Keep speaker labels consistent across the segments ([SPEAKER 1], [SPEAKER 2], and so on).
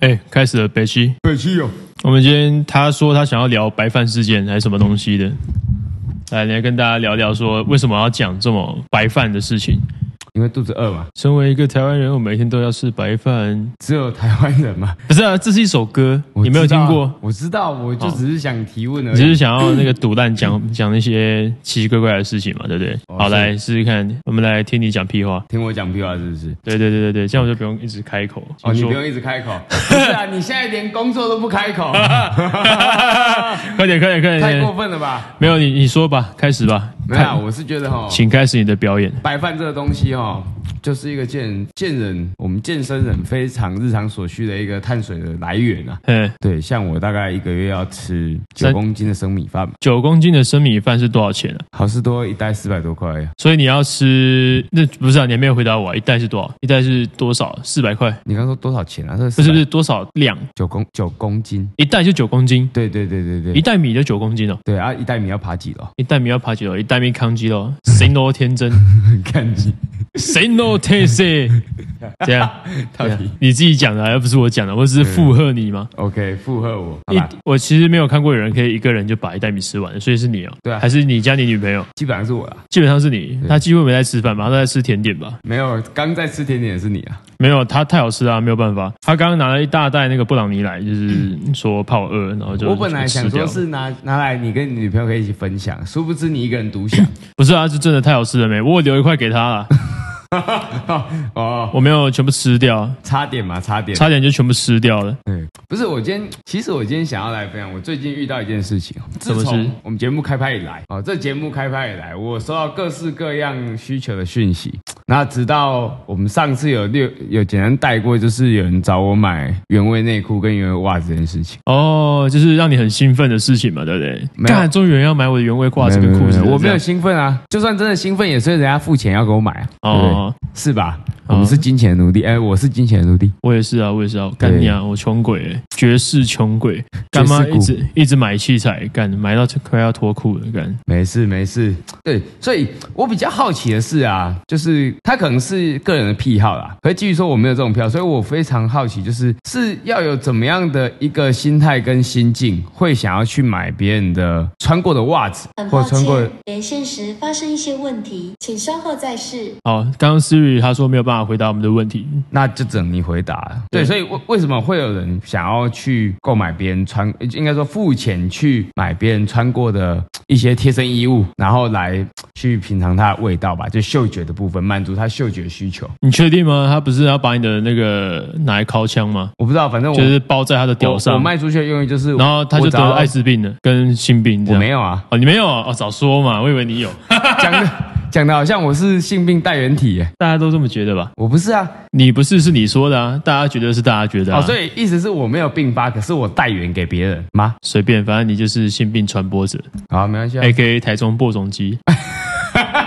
[SPEAKER 1] 哎、开始了，北西。
[SPEAKER 2] 北汽有
[SPEAKER 1] 我们今天他说他想要聊白饭事件还是什么东西的，来来跟大家聊聊说为什么要讲这么白饭的事情。
[SPEAKER 2] 因为肚子饿嘛，
[SPEAKER 1] 身为一个台湾人，我每天都要吃白饭。
[SPEAKER 2] 只有台湾人嘛。
[SPEAKER 1] 不是啊，这是一首歌，
[SPEAKER 2] 我
[SPEAKER 1] 你没有
[SPEAKER 2] 知道哎
[SPEAKER 1] 听过？哦
[SPEAKER 2] 我知道，我就只是想提问而
[SPEAKER 1] 你只是
[SPEAKER 2] 已。
[SPEAKER 1] 想要那个赌烂讲讲那些奇奇怪怪的事情嘛，对不对？
[SPEAKER 2] 哦
[SPEAKER 1] 好，
[SPEAKER 2] 是
[SPEAKER 1] 来试试看，我们来听你讲屁话。
[SPEAKER 2] 听我讲屁话是不是？
[SPEAKER 1] 对对对对对，这样我就不用一直开口。
[SPEAKER 2] 哦，你
[SPEAKER 1] 请
[SPEAKER 2] 不
[SPEAKER 1] 说
[SPEAKER 2] 用一直开口。不是啊，你现在连工作都不 开口，
[SPEAKER 1] 快点快点快点！快
[SPEAKER 2] 太过
[SPEAKER 1] 点
[SPEAKER 2] 分了吧？
[SPEAKER 1] 没有你你说吧，开始吧，
[SPEAKER 2] 没有啊，我是觉得哈，
[SPEAKER 1] 请开始你的表演。
[SPEAKER 2] 白饭这个东西哈，就是一个健健人，我们健身人非常日常所需的一个碳水的来源啊。
[SPEAKER 1] 嗯，
[SPEAKER 2] 对，像我大概一个月要吃九
[SPEAKER 1] 三
[SPEAKER 2] 公斤的生米饭嘛，
[SPEAKER 1] 九公斤的生米饭是多少钱啊？
[SPEAKER 2] 好事多一袋四百多块而已啊。
[SPEAKER 1] 所以你要吃那不是啊？你还没有回答我、啊，一袋是多少？一袋是多少？四百块？
[SPEAKER 2] 你刚说多少钱啊？这
[SPEAKER 1] 不是不
[SPEAKER 2] 400
[SPEAKER 1] 是多少两？
[SPEAKER 2] 九公九公斤？
[SPEAKER 1] 一袋就九公斤，
[SPEAKER 2] 对对对对对，
[SPEAKER 1] 一袋米就九公斤哦。
[SPEAKER 2] 对啊，一袋米要爬几楼？
[SPEAKER 1] 一袋米要爬几楼？一袋米扛几楼？谁 no 天真？
[SPEAKER 2] 看你
[SPEAKER 1] 谁 no 天真？这 样，
[SPEAKER 2] 到
[SPEAKER 1] 这
[SPEAKER 2] 底
[SPEAKER 1] 样你自己讲的啊，又不是我讲的，我只是附和你嘛。
[SPEAKER 2] OK 附和我，好
[SPEAKER 1] 一
[SPEAKER 2] 吧？
[SPEAKER 1] 我其实没有看过有人可以一个人就把一袋米吃完，所以是你哦。
[SPEAKER 2] 对啊
[SPEAKER 1] 还是你加你女朋友？
[SPEAKER 2] 基本上是我啦，
[SPEAKER 1] 基本上是你，
[SPEAKER 2] 对
[SPEAKER 1] 她几乎没在吃饭吧？她都在吃甜点吧？
[SPEAKER 2] 没有刚在吃甜点的是你啊，
[SPEAKER 1] 没有，他太好吃了、啊没有办法。他刚刚拿了一大袋那个布朗尼来，就是说怕我饿，然后就
[SPEAKER 2] 嗯我本来想
[SPEAKER 1] 吃掉
[SPEAKER 2] 说
[SPEAKER 1] 了
[SPEAKER 2] 是拿拿来你跟你女朋友可以一起分享，殊不知你一个人独 享。
[SPEAKER 1] 不是啊？就真的太好吃了没？我有留一块给他了，啊
[SPEAKER 2] 哦，
[SPEAKER 1] 我没有全部吃掉，
[SPEAKER 2] 差点嘛，差点。
[SPEAKER 1] 差点就全部吃掉了。
[SPEAKER 2] 对，不是我今天，其实我今天想要来分享，我最近遇到一件事情哦。
[SPEAKER 1] 什么
[SPEAKER 2] 自
[SPEAKER 1] 事
[SPEAKER 2] 从我们节目开拍以来，哦，这节目开拍以来，我收到各式各样需求的讯息。那直到我们上次有六有简单带过，就是有人找我买原味内裤跟原味袜子这件事情。
[SPEAKER 1] 哦，就是让你很兴奋的事情嘛，对不对？
[SPEAKER 2] 没有
[SPEAKER 1] 干，终于有人要买我的原味
[SPEAKER 2] 哇，
[SPEAKER 1] 袜子跟裤子了，
[SPEAKER 2] 我没有
[SPEAKER 1] 这样
[SPEAKER 2] 兴奋啊！就算真的兴奋，也是人家付钱要给我买啊，哦，
[SPEAKER 1] 哦，
[SPEAKER 2] 是吧？
[SPEAKER 1] 哦
[SPEAKER 2] 我们是金钱的奴隶，哎，我是金钱的奴隶，
[SPEAKER 1] 我也是啊，我也是啊，干
[SPEAKER 2] 对
[SPEAKER 1] 你啊，我穷鬼、绝世穷鬼，干妈
[SPEAKER 2] 绝世
[SPEAKER 1] 一
[SPEAKER 2] 股
[SPEAKER 1] 直一直买器材，干买到快要脱裤了，干。
[SPEAKER 2] 没事没事。对，所以我比较好奇的是啊，就是他可能是个人的癖好啦，可是基于说我没有这种癖好，所以我非常好奇，就是是要有怎么样的一个心态跟心境，会想要去买别人的穿过的袜子
[SPEAKER 3] 很
[SPEAKER 2] 或
[SPEAKER 3] 抱
[SPEAKER 2] 者穿
[SPEAKER 3] 歉
[SPEAKER 2] 过的。，
[SPEAKER 3] 连线时发生一些问题，请稍后再试。
[SPEAKER 1] 好，哦刚刚 Siri 他说没有办法回答我们的问题，
[SPEAKER 2] 那就只能你回答
[SPEAKER 3] 嗯
[SPEAKER 2] 了。对，
[SPEAKER 1] 对
[SPEAKER 2] 所以为为什么会有人想要去购买别人穿，应该说付钱去买别人穿过的一些贴身衣物，然后来去品尝它的味道吧，就嗅觉的部分，满足他嗅觉需求。
[SPEAKER 1] 你确定吗？他不是要把你的那个拿来敲枪吗？
[SPEAKER 2] 我不知道，反正我
[SPEAKER 1] 就是包在他的屌
[SPEAKER 2] 我
[SPEAKER 1] 上
[SPEAKER 2] 我，卖出去的用意就是，
[SPEAKER 1] 然后他就得
[SPEAKER 2] 我找到
[SPEAKER 1] 了艾滋病了，跟性病这
[SPEAKER 2] 我
[SPEAKER 1] 样。
[SPEAKER 2] 没有啊，
[SPEAKER 1] 哦，你没有哦，早说嘛，我以为你有，
[SPEAKER 2] 讲的讲的好像我是性病带源体耶，
[SPEAKER 1] 大家都这么觉得吧？
[SPEAKER 2] 我不是啊。
[SPEAKER 1] 你不是是你说的啊，大家觉得是大家觉得啊，
[SPEAKER 2] 哦，所以意思是我没有病发，可是我带源给别人吗？
[SPEAKER 1] 随便，反正你就是性病传播者
[SPEAKER 2] 好，没关系啊。
[SPEAKER 1] ，A K A 台中播种机，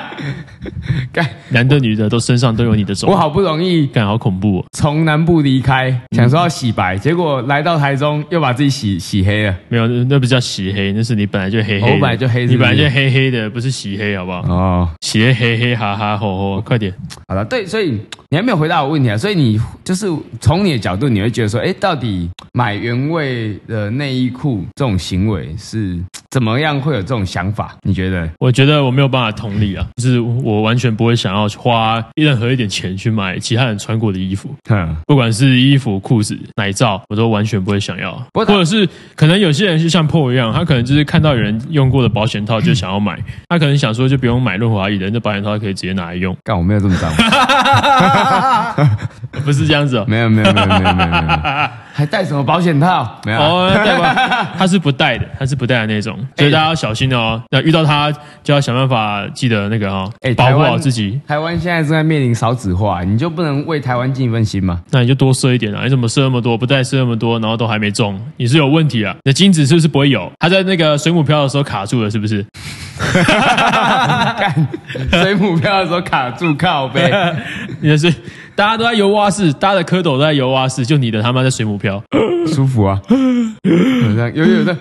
[SPEAKER 2] 干
[SPEAKER 1] 男的女的都身上都有你的手
[SPEAKER 2] 我，好不容易
[SPEAKER 1] 感好恐怖哦。
[SPEAKER 2] 从南部离开，想说要洗白，结果来到台中又把自己洗洗黑了。
[SPEAKER 1] 没有，那那不叫洗黑，那是你本来就黑黑的，
[SPEAKER 2] 哦我本来就黑是不
[SPEAKER 1] 你
[SPEAKER 2] 是
[SPEAKER 1] 本来就黑黑的，不是洗黑，好不好？
[SPEAKER 2] 哦，
[SPEAKER 1] 洗黑黑黑哈哈吼吼，快点。
[SPEAKER 2] 好了，对，所以你还没有回答我问题啊，所以你就是从你的角度，你会觉得说，哎，到底买原味的内衣裤这种行为是怎么样会有这种想法？你觉得？
[SPEAKER 1] 我觉得我没有办法同理啊，就是我完全不会想要花任何一点钱去买其他人穿过的衣服，
[SPEAKER 2] 哼，
[SPEAKER 1] 不管是衣服、裤子、奶罩，我都完全不会想要。
[SPEAKER 2] 不
[SPEAKER 1] 或
[SPEAKER 2] 过他
[SPEAKER 1] 者是可能有些人是像 PO 一样，他可能就是看到有人用过的保险套就想要买，他可能想说就不用买润滑液的，那保险套可以直接拿来用，
[SPEAKER 2] 干我没有这么脏，
[SPEAKER 1] 不是这样子 哦。
[SPEAKER 2] 没有没有没有没有没有没有，没有还带什么保险套？没有啊，
[SPEAKER 1] 哦，对吧？他是不戴的，他是不戴的那种，所以大家要小心哦。那遇到他就要想办法记得那个哦，
[SPEAKER 2] 哎
[SPEAKER 1] 保
[SPEAKER 2] 台
[SPEAKER 1] 护
[SPEAKER 2] 湾
[SPEAKER 1] 好自己。
[SPEAKER 2] 台湾现在正在面临少子化，你就不能为台湾尽一份心吗？
[SPEAKER 1] 那你就多射一点啊！你怎么射那么多？不带射那么多，然后都还没中，你是有问题啊！你的精子是不是不会有？它在那个水母漂的时候卡住了，是不是？
[SPEAKER 2] 干水母漂的时候卡住靠背。
[SPEAKER 1] 你的是大家都在游蛙式，大家的蝌蚪都在游蛙式，就你的他妈在水母漂，
[SPEAKER 2] 舒服啊，有这样有有的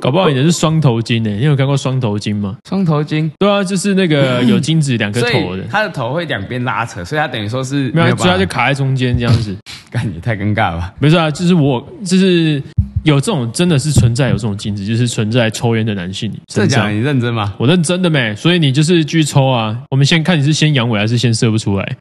[SPEAKER 1] 搞不好你的是双头鲸欸呢、你有看过双头鲸吗？
[SPEAKER 2] 双头巾，
[SPEAKER 1] 对啊，就是那个有精子两个
[SPEAKER 2] 所
[SPEAKER 1] 头
[SPEAKER 2] 以
[SPEAKER 1] 的，
[SPEAKER 2] 他的头会两边拉扯，所以他等于说是
[SPEAKER 1] 嗯没有，啊
[SPEAKER 2] 办
[SPEAKER 1] 所以
[SPEAKER 2] 法
[SPEAKER 1] 它就卡在中间这样子。
[SPEAKER 2] 感也太尴尬了吧？
[SPEAKER 1] 没事啊，就是我就是有这种真的是存在有这种禁止，就是存在抽烟的男性
[SPEAKER 2] 这
[SPEAKER 1] 身
[SPEAKER 2] 讲
[SPEAKER 1] 上
[SPEAKER 2] 得。你认真吗？
[SPEAKER 1] 我认真的没，所以你就是继续抽啊。我们先看你是先阳痿还是先射不出来。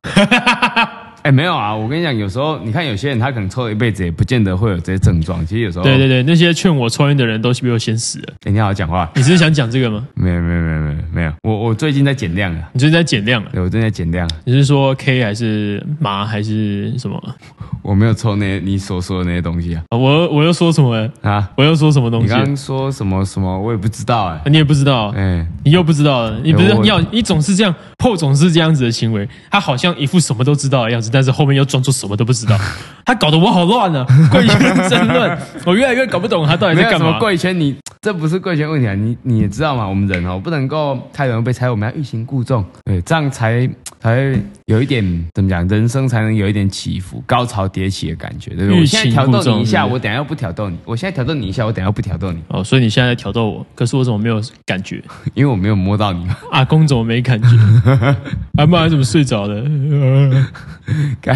[SPEAKER 2] 哎，没有啊，我跟你讲，有时候你看有些人他可能抽了一辈子也不见得会有这些症状，其实有时候
[SPEAKER 1] 对对对，那些劝我抽烟的人都是比我先死了。
[SPEAKER 2] 哎，你好好讲话。
[SPEAKER 1] 你只是想讲这个吗？
[SPEAKER 2] 没有没有没有没有没有，我我最近在减量啊，
[SPEAKER 1] 你最近在减量啊？
[SPEAKER 2] 对我正在减量，
[SPEAKER 1] 你是说 K 还是麻还是什么？
[SPEAKER 2] 我没有抽那些你所说的那些东西啊
[SPEAKER 1] 啊我我又说什么了？
[SPEAKER 2] 啊！
[SPEAKER 1] 我又说什么东
[SPEAKER 2] 你
[SPEAKER 1] 西
[SPEAKER 2] 刚
[SPEAKER 1] 了？啊
[SPEAKER 2] 刚说什么什么，我也不知道哎、
[SPEAKER 1] 你也不知道，
[SPEAKER 2] 哎、
[SPEAKER 1] 你又不知道了。你不是
[SPEAKER 2] 哎我
[SPEAKER 1] 要你总是这样，后总是这样子的行为。他好像一副什么都知道的样子，但是后面又装作什么都不知 道。他搞得我好乱啊！贵圈争论，我越来越搞不懂他到底
[SPEAKER 2] 没
[SPEAKER 1] 在
[SPEAKER 2] 有
[SPEAKER 1] 干
[SPEAKER 2] 什么
[SPEAKER 1] 嘛。
[SPEAKER 2] 贵圈，你这不是贵圈问题啊！你你也知道嘛，我们人哦不能够太容易被猜，我们要欲擒故纵，对，这样才才会有一点怎么讲，人生才能有一点起伏、高潮迭起的感觉，对不对？
[SPEAKER 1] 欲
[SPEAKER 2] 我
[SPEAKER 1] 擒
[SPEAKER 2] 现在挑逗
[SPEAKER 1] 故纵
[SPEAKER 2] 你一下，
[SPEAKER 1] 是不是
[SPEAKER 2] 我等一下又不挑逗你；我现在挑逗你一下，我等一下又不挑逗你，
[SPEAKER 1] 哦，所以你现在在挑逗我，可是我怎么没有感觉？
[SPEAKER 2] 因为我没有摸到你 嘛。
[SPEAKER 1] 阿公怎么没 感觉？阿妈怎么睡着了？
[SPEAKER 2] 该，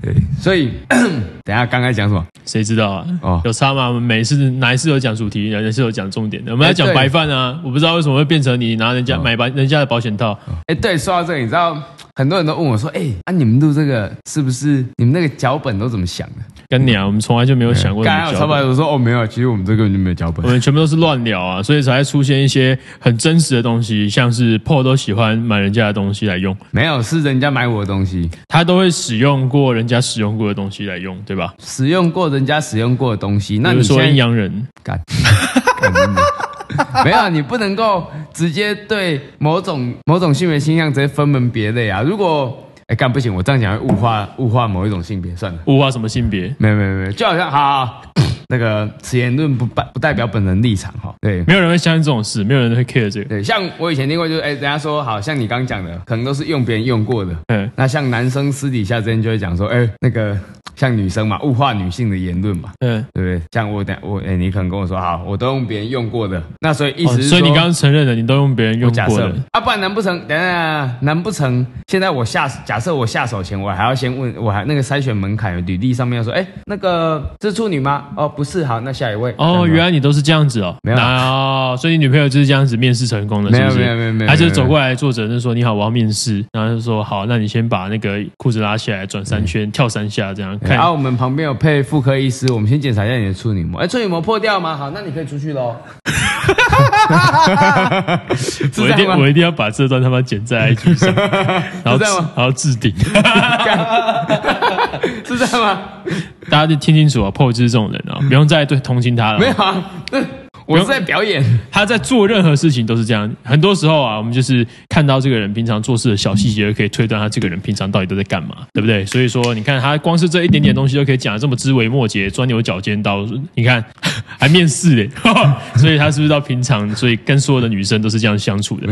[SPEAKER 2] 对，所以嗯等一下刚才讲什么？
[SPEAKER 1] 谁知道啊？
[SPEAKER 2] 哦
[SPEAKER 1] 有差吗？我们每次哪一次有讲主题，哪一次有讲重点的？我们要
[SPEAKER 2] 哎
[SPEAKER 1] 讲
[SPEAKER 2] 对哦
[SPEAKER 1] 白饭啊！我不知道为什么会变成你拿人家、买白人家的保险套，
[SPEAKER 2] 哎，对，说到这个，你知道很多人都问我说，哎，啊，你们录这个是不是你们那个脚本都怎么想的？
[SPEAKER 1] 跟你啊，我们从来就没有想过怎
[SPEAKER 2] 刚才
[SPEAKER 1] 么
[SPEAKER 2] 我超
[SPEAKER 1] 脚
[SPEAKER 2] 白
[SPEAKER 1] 本。
[SPEAKER 2] 我说，哦，没有，其实我们这根本就没有脚本
[SPEAKER 1] 我。们全部都是乱聊啊，所以才会出现一些很真实的东西，像是 PO 都喜欢买人家的东西来用，
[SPEAKER 2] 没有，是人家买我的东西，
[SPEAKER 1] 他都会使用过人家使用过的东西来用，对吧？
[SPEAKER 2] 使用过人家使用过的东西。那
[SPEAKER 1] 比
[SPEAKER 2] 你
[SPEAKER 1] 如说阴
[SPEAKER 2] 现在
[SPEAKER 1] 阳人，
[SPEAKER 2] 干，干你娘没有，你不能够直接对某种某种性别倾向直接分门别类啊。如果哎干不行，我这样讲会物化物化某一种性别，算了，
[SPEAKER 1] 物化啊什么性别？
[SPEAKER 2] 没有没有没有，就好像好好那个此言论不代不代表本人立场哈。对
[SPEAKER 1] 没有人会相信这种事，没有人会 care 这个。
[SPEAKER 2] 对，像我以前听过，就是哎，人家说好像你刚讲的，可能都是用别人用过的，
[SPEAKER 1] 嗯，
[SPEAKER 2] 那像男生私底下之间就会讲说，哎、那个像女生嘛，物化女性的言论嘛，
[SPEAKER 1] 嗯，
[SPEAKER 2] 对不对？像我等我，哎、你可能跟我说，好，我都用别人用过的，那所以意
[SPEAKER 1] 哦
[SPEAKER 2] 思是
[SPEAKER 1] 所
[SPEAKER 2] 说、
[SPEAKER 1] 以你刚刚承认了，你都用别人
[SPEAKER 2] 我
[SPEAKER 1] 用
[SPEAKER 2] 假
[SPEAKER 1] 过
[SPEAKER 2] 设
[SPEAKER 1] 的，
[SPEAKER 2] 啊，不然难不成等一下难不成现在我下假设我下手前，我还要先问，我还那个筛选门槛履历上面要说，哎、那个这是处女吗？哦，不是，好，那下一位。
[SPEAKER 1] 哦，原
[SPEAKER 2] 来
[SPEAKER 1] 来你都是这样子哦，
[SPEAKER 2] 没有啊
[SPEAKER 1] 哦，所以你女朋友就是这样子面试成功的，
[SPEAKER 2] 没
[SPEAKER 1] 是
[SPEAKER 2] 有
[SPEAKER 1] 不是？
[SPEAKER 2] 没有没有没有
[SPEAKER 1] 她就
[SPEAKER 2] 没
[SPEAKER 1] 是
[SPEAKER 2] 有
[SPEAKER 1] 走过来，作者就说：“你好，我要面试。”然后就说：“好，那你先把那个裤子拉下来，转三圈，跳三下，这样看。
[SPEAKER 2] 啊，我们旁边有配妇科医师，我们先检查一下你的处女膜。哎、处女膜破掉吗？好，那你可以出去 喽。 是
[SPEAKER 1] 我
[SPEAKER 2] 这
[SPEAKER 1] 一定
[SPEAKER 2] 样吗
[SPEAKER 1] 我？一定要把这段他妈剪 在 IG 上，然后置
[SPEAKER 2] 是这样吗
[SPEAKER 1] 然后置顶，
[SPEAKER 2] 是这样吗？
[SPEAKER 1] 大家就听清楚啊，PO 就是这种人 啊，不用再对同情他了。
[SPEAKER 2] 没有啊，那我是在表演。
[SPEAKER 1] 他在做任何事情都是这样。很多时候啊，我们就是看到这个人平常做事的小细节，就可以推断他这个人平常到底都在干嘛，对不对？所以说，你看他光是这一点点东西都可以讲的这么枝微末节、钻牛角尖到，你看还面试嘞， 所以他是不是到平常，所以跟所有的女生都是这样相处的？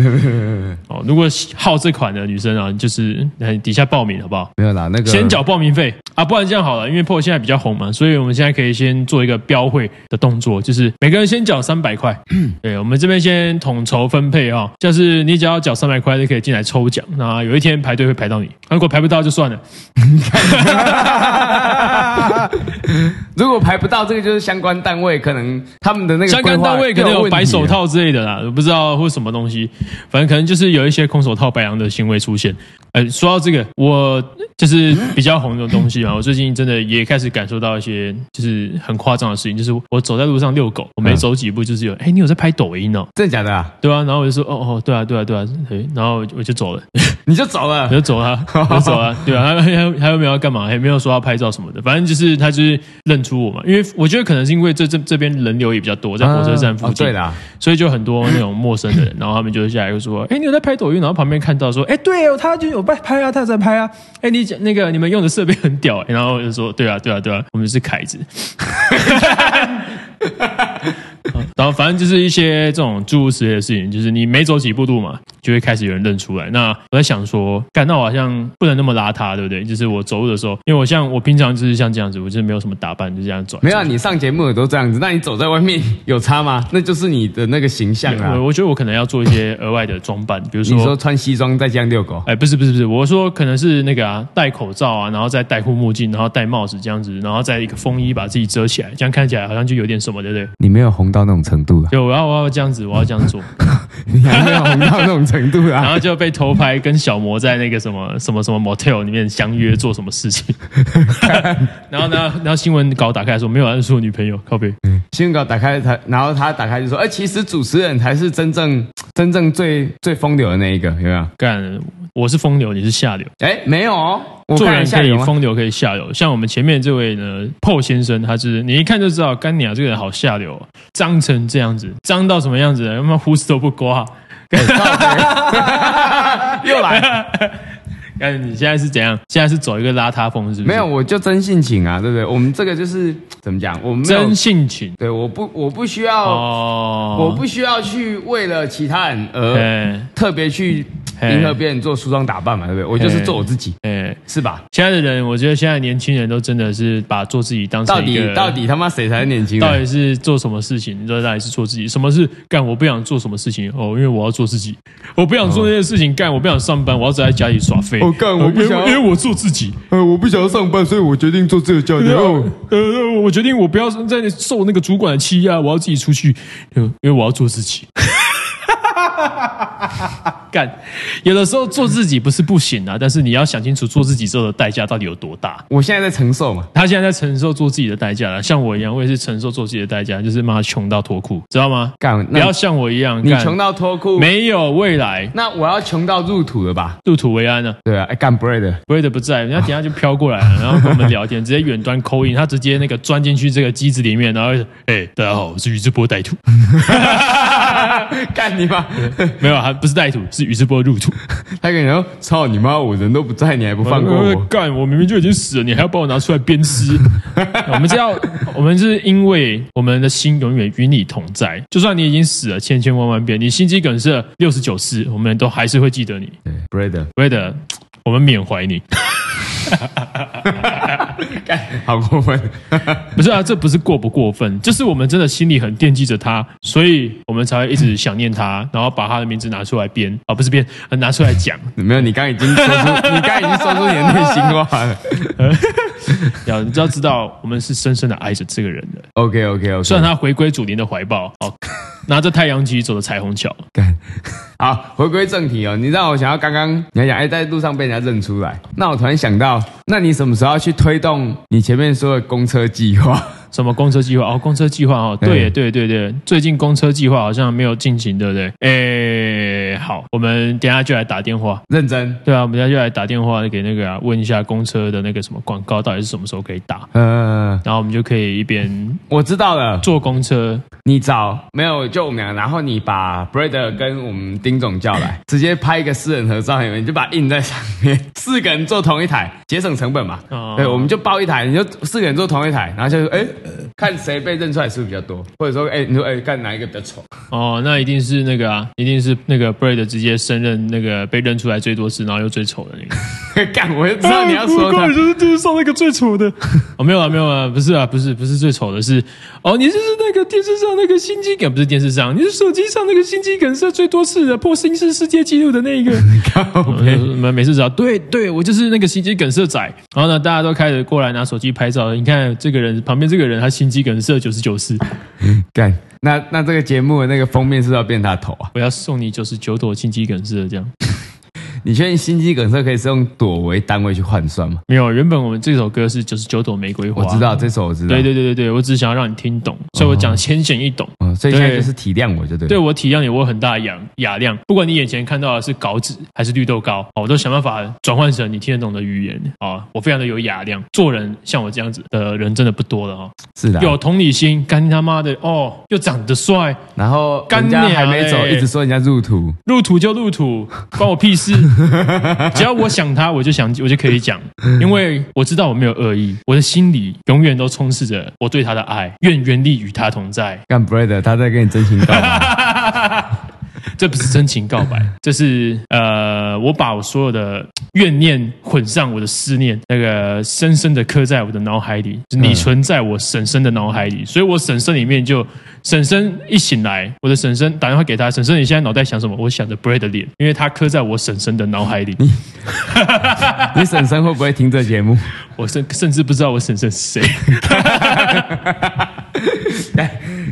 [SPEAKER 1] 哦，如果好这款的女生啊，就是呃底下报名好不好？
[SPEAKER 2] 没有啦，那个
[SPEAKER 1] 先缴报名费啊，不然这样好了，因为 PO 现在比较红嘛，所以我们现在可以先做一个标会的动作，就是每个人先缴三百块。
[SPEAKER 2] 嗯
[SPEAKER 1] 对，我们这边先统筹分配哦，就是你只要缴三百块就可以进来抽奖，那有一天排队会排到你，啊如果排不到就算了。
[SPEAKER 2] 如果排不到，这个就是相关单位可能他们的那个
[SPEAKER 1] 相关单位可能有
[SPEAKER 2] 规划
[SPEAKER 1] 白手
[SPEAKER 2] 问题啊。
[SPEAKER 1] 套之类的啦，不知道或什么东西，反正可能就是有一些空手套白狼的行为出现。呃，说到这个，我就是比较红的东西嘛，我最近真的也开始感受到一些就是很夸张的事情，就是我走在路上遛狗，我每
[SPEAKER 2] 嗯
[SPEAKER 1] 走几步就是有，哎、你有在拍抖音哦？
[SPEAKER 2] 真的假的啊？
[SPEAKER 1] 对啊，然后我就说，哦哦，对啊，对啊，对啊，对然后我就我就走了。
[SPEAKER 2] 你就走了
[SPEAKER 1] 我？就走 啊，我就走啊，对啊，他他他又没有要干嘛，也没有说要拍照什么的，反正就是他就是认出我嘛，因为我觉得可能是因为这这这边人流也比较多，在火车站附
[SPEAKER 2] 哦
[SPEAKER 1] 近，
[SPEAKER 2] 对啦，
[SPEAKER 1] 所以就很多那种陌生的人，然后他们就下来就说，哎，你有在拍抖音？然后旁边看到说，哎，对哦，他就有拍拍啊，他有在拍啊，哎，你讲那个你们用的设备很屌、哎然后我就说，对啊，对啊，对啊，我们是凯子，然后反正就是一些这种诸如此类的事情，就是你每走几步路嘛，就会开始有人认出来。那我在想说，干，那我好像不能那么邋遢，对不对？就是我走路的时候，因为我像我平常就是像这样子，我就是没有什么打扮，就这样走。
[SPEAKER 2] 没有、啊，你上节目也都这样子，那你走在外面有差吗？ 那就是你的那个形象啊。
[SPEAKER 1] 我我觉得我可能要做一些额外的装扮，比如
[SPEAKER 2] 你说穿西装在家遛狗，
[SPEAKER 1] 哎，不是不是不是，我说可能是那个啊，戴口罩啊，然后再戴护目镜，然后戴帽子这样子，然后再一个风衣把自己遮起来，这样看起来好像就有点什么，对不对？
[SPEAKER 2] 你没有红到那种程度啊，
[SPEAKER 1] 就我要我要这样子，我要这样做，
[SPEAKER 2] 你还没有红到那种程度
[SPEAKER 1] 然
[SPEAKER 2] 啊。
[SPEAKER 1] 后就被偷拍跟小魔在那个什么什么什么 motel 里面相约做什么事情， 然后呢，然后新闻稿打开说没有啊，是我女朋友，靠背，
[SPEAKER 2] 新闻稿打开他，然后他打开就说：“哎、其实主持人才是真正真正最最风流的那一个，有没有？
[SPEAKER 1] 干，我是风流，你是下流。
[SPEAKER 2] 哎，没有哦，我
[SPEAKER 1] 做
[SPEAKER 2] 看一
[SPEAKER 1] 人
[SPEAKER 2] 下
[SPEAKER 1] 可以
[SPEAKER 2] 有吗？
[SPEAKER 1] 风流，可以下流。像我们前面这位呢，破先生，他是你一看就知道，干你啊，这个人好下流、哦，脏成这样子，脏到什么样子呢？他妈胡子都不刮。
[SPEAKER 2] 又来，
[SPEAKER 1] 干，你现在是怎样？现在是走一个邋遢风，是不是？
[SPEAKER 2] 没有，，我就真性情啊，对不对？我们这个就是怎么讲，我们没有
[SPEAKER 1] 真性情
[SPEAKER 2] 对，我不我不需要、
[SPEAKER 1] 哦。
[SPEAKER 2] 我不需要去为了其他人而
[SPEAKER 1] 哎
[SPEAKER 2] 特别去
[SPEAKER 1] 嘿
[SPEAKER 2] 迎合别人做梳妆打扮嘛，对不对？我就是做我自己，
[SPEAKER 1] 哎，
[SPEAKER 2] 是吧？
[SPEAKER 1] 现在的人，我觉得现在年轻人都真的是把做自己当
[SPEAKER 2] 到
[SPEAKER 1] 成一
[SPEAKER 2] 底
[SPEAKER 1] 个
[SPEAKER 2] 到。底他妈谁才是年轻啊
[SPEAKER 1] 到
[SPEAKER 2] 人？
[SPEAKER 1] 底是做什么事情？你知道到底是做自己？什么是干？我不想做什么事情哦，因为我要做自己。我不想做那些事情，干我不想上班，我要宅在家里耍废。呃
[SPEAKER 2] 哦干我不
[SPEAKER 1] 因为
[SPEAKER 2] 想要
[SPEAKER 1] 因为我做自己。
[SPEAKER 2] 呃，我不想要上班，所以我决定做这个教练。哦，
[SPEAKER 1] 呃，我决定我不要再受那个主管的欺压，我要自己出去，呃因为我要做自己。 干，有的时候做自己不是不行啊，但是你要想清楚做自己之后的代价到底有多大。
[SPEAKER 2] 我现在在承受嘛，
[SPEAKER 1] 他现在在承受做自己的代价了，像我一样，我也是承受做自己的代价，就是妈穷到脱裤，知道吗？
[SPEAKER 2] 干，
[SPEAKER 1] 不要
[SPEAKER 2] 那
[SPEAKER 1] 像我一样，
[SPEAKER 2] 你
[SPEAKER 1] 干
[SPEAKER 2] 穷到脱裤，
[SPEAKER 1] 没有未来，
[SPEAKER 2] 那我要穷到入土了吧？
[SPEAKER 1] 入土为安呢、啊。
[SPEAKER 2] 对啊，哎，干 bread，
[SPEAKER 1] 不会的不在，
[SPEAKER 2] 哦
[SPEAKER 1] 人家等一下就飘过来了，然后跟我们聊天，直接远端扣印，他直接那个钻进去这个机子里面，然后哎、大家好，我是宇智波歹徒，
[SPEAKER 2] 干你妈！
[SPEAKER 1] 没有，啊还不是歹徒，是宇智波入土。
[SPEAKER 2] 他跟你说，操你妈，我人都不在，你还不放过
[SPEAKER 1] 呃
[SPEAKER 2] 我？
[SPEAKER 1] 干，我明明就已经死了，你还要把我拿出来鞭尸？我们知道，我们是因为我们的心永远与你同在，就算你已经死了千千万万遍，你心肌梗塞六十九次，我们都还是会记得你。
[SPEAKER 2] 对，bread，
[SPEAKER 1] 不会的，我们缅怀你。
[SPEAKER 2] 好过分。
[SPEAKER 1] 不是啊，这不是过不过分，就是我们真的心里很惦记着他，所以我们才会一直想念他，然后把他的名字拿出来编啊，不是编，呃拿出来讲。
[SPEAKER 2] 没有，你刚刚已经 说出，你刚刚已经说出你的内心话了。
[SPEAKER 1] 要你知道，知道我们是深深的爱着这个人的，
[SPEAKER 2] OK OK OK，
[SPEAKER 1] 虽然他回归祖灵的怀抱，哦，拿着太阳旗走的彩虹桥，
[SPEAKER 2] 好，回归正题哦。你让我想要刚刚你还讲，哎，在路上被人家认出来，那我突然想到，那你什么时候要去推动你前面说的公车计划？
[SPEAKER 1] 什么公车计划哦，公车计划哦，对
[SPEAKER 2] 嗯
[SPEAKER 1] 对对对，最近公车计划好像没有进行，对不对？诶，好，我们等一下就来打电话。
[SPEAKER 2] 认真，
[SPEAKER 1] 对啊，我们等一下就来打电话给那个啊，问一下公车的那个什么广告到底是什么时候可以打，
[SPEAKER 2] 呃，
[SPEAKER 1] 然后我们就可以一边
[SPEAKER 2] 我知道了，
[SPEAKER 1] 坐公车，
[SPEAKER 2] 你找没有就我们俩，然后你把 Brad 跟我们丁总叫 来，直接拍一个私人合照，你就把印在上面， 四个人坐同一台，节省成本嘛。
[SPEAKER 1] 哦
[SPEAKER 2] 对，我们就包一台，你就四个人坐同一台，然后就哎、看谁被认出来是不是比较多，或者说哎、你说哎、看哪一个比较丑。
[SPEAKER 1] 哦，那一定是那个啊，一定是那个 Brad 直接升任那个被认出来最多次，然后又最丑的那个。
[SPEAKER 2] 干，我就知道你要说他
[SPEAKER 1] 哎不过。就是就是上那个最丑的。 哦，没有啊，没有啊，不是啊，不是不是最丑的是，哦，你就是那个电视上那个心肌梗，不是电视上，你是手机上那个心肌梗塞最多次的破新世世界纪录的那一 个。
[SPEAKER 2] 靠
[SPEAKER 1] 我
[SPEAKER 2] 北
[SPEAKER 1] 们每次只要啊对对，我就是那个心肌梗塞仔。然后呢，大家都开始过来拿手机拍照。你看这个人旁边这个人，他心肌梗塞九十九 次，
[SPEAKER 2] 干，那那这个节目的那个封面是不是要变他头啊？
[SPEAKER 1] 我要送你九十九朵心肌梗塞，这样。
[SPEAKER 2] 你确定心肌梗塞可以是用朵为单位去换算吗？
[SPEAKER 1] 没有，原本我们这首歌是九十九朵玫瑰花。
[SPEAKER 2] 我知道这首我知道，
[SPEAKER 1] 对对对对对，我只是想要让你听懂，所以我讲浅显易懂。
[SPEAKER 2] 哦，所以现在
[SPEAKER 1] 对
[SPEAKER 2] 就是体谅我就对了。
[SPEAKER 1] 对我体谅你，我有很大的雅雅量。不管你眼前看到的是稿纸还是绿豆糕，哦我都想办法转换成你听得懂的语言啊、哦我非常的有雅量，做人像我这样子的人真的不多了哦。
[SPEAKER 2] 是的啊。
[SPEAKER 1] 有同理心，干他妈的哦，又长得帅，
[SPEAKER 2] 然后
[SPEAKER 1] 干
[SPEAKER 2] 人家
[SPEAKER 1] 娘
[SPEAKER 2] 还没走，
[SPEAKER 1] 欸
[SPEAKER 2] 一直说人家入土，
[SPEAKER 1] 入土就入土，关我屁事。只要我想他，我就想我就可以讲，因为我知道我没有恶意，我的心里永远都充斥着我对他的爱，愿原力与他同在。
[SPEAKER 2] 干 brother，他在跟你真情告 白。
[SPEAKER 1] 这不是真情告白，这是呃，我把我所有的怨念混上我的思念，那个深深的刻在我的脑海里。你存在我婶婶的脑海里，所以我婶婶里面就婶婶一醒来，我的婶婶打电话给她，婶婶你现在脑袋想什么？我想着 Brad 的脸，因为他刻在我婶婶的脑海里。
[SPEAKER 2] 你婶婶会不会听这节目？
[SPEAKER 1] 我甚甚至不知道我婶婶是谁。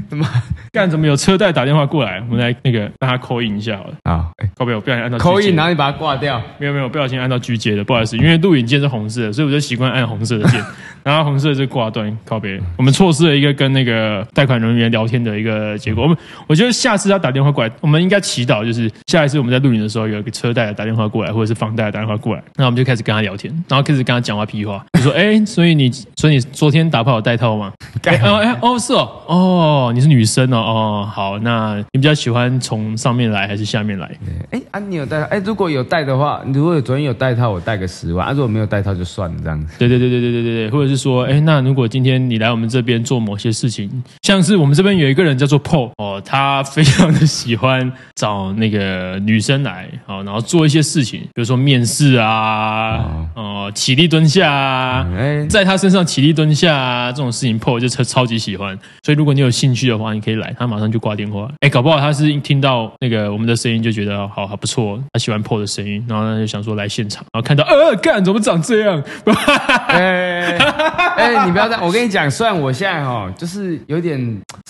[SPEAKER 2] 怎么
[SPEAKER 1] 干怎么有车贷打电话过来？我们来那个让他扣印一下好了。
[SPEAKER 2] 啊？
[SPEAKER 1] 靠背，我不小心按到
[SPEAKER 2] 扣
[SPEAKER 1] 拒
[SPEAKER 2] 印，
[SPEAKER 1] 接
[SPEAKER 2] 然后你把它挂掉。
[SPEAKER 1] 没有没有，不小心按到拒接的，不好意思，因为录影键是红色的，所以我就习惯按红色的键，然后红色就挂断，靠别。我们错失了一个跟那个贷款人员聊天的一个结果。我们我觉得下次他打电话过来，我们应该祈祷，就是下一次我们在录影的时候，有一个车贷的打电话过来，或者是房贷的打电话过来，那我们就开始跟他聊天，然后开始跟他讲话屁话，就说：“哎、所以你所以你昨天打炮有带套吗？”哎哦哎哦是哦哦，你是女生哦哦好，那你比较喜欢从上面来还是下面来？
[SPEAKER 2] 哎，啊，你有带？哎，如果有带的话，如果有昨天有带套，我带个十万；啊，如果没有带套就算了这样子。
[SPEAKER 1] 对对对对对对对对，或者是说，哎，那如果今天你来我们这边做某些事情，像是我们这边有一个人叫做 Paul 哦，他非常的喜欢找那个女生来哦，然后做一些事情，比如说面试啊，哦、起立蹲下啊，
[SPEAKER 2] 哎，
[SPEAKER 1] 在他身上起立蹲下啊，这种事情 Paul 就超超级喜欢，所以如果你有兴趣的话，你可以来，他马上就挂电话。哎，搞不好他是一听到那个我们的声音就觉得哦好好不错，他喜欢 Paul 的声音，然后他就想说来现场，然后看到呃干怎么长这样，
[SPEAKER 2] 哎哎，你不要这样！我跟你讲，虽然我现在哈，就是有点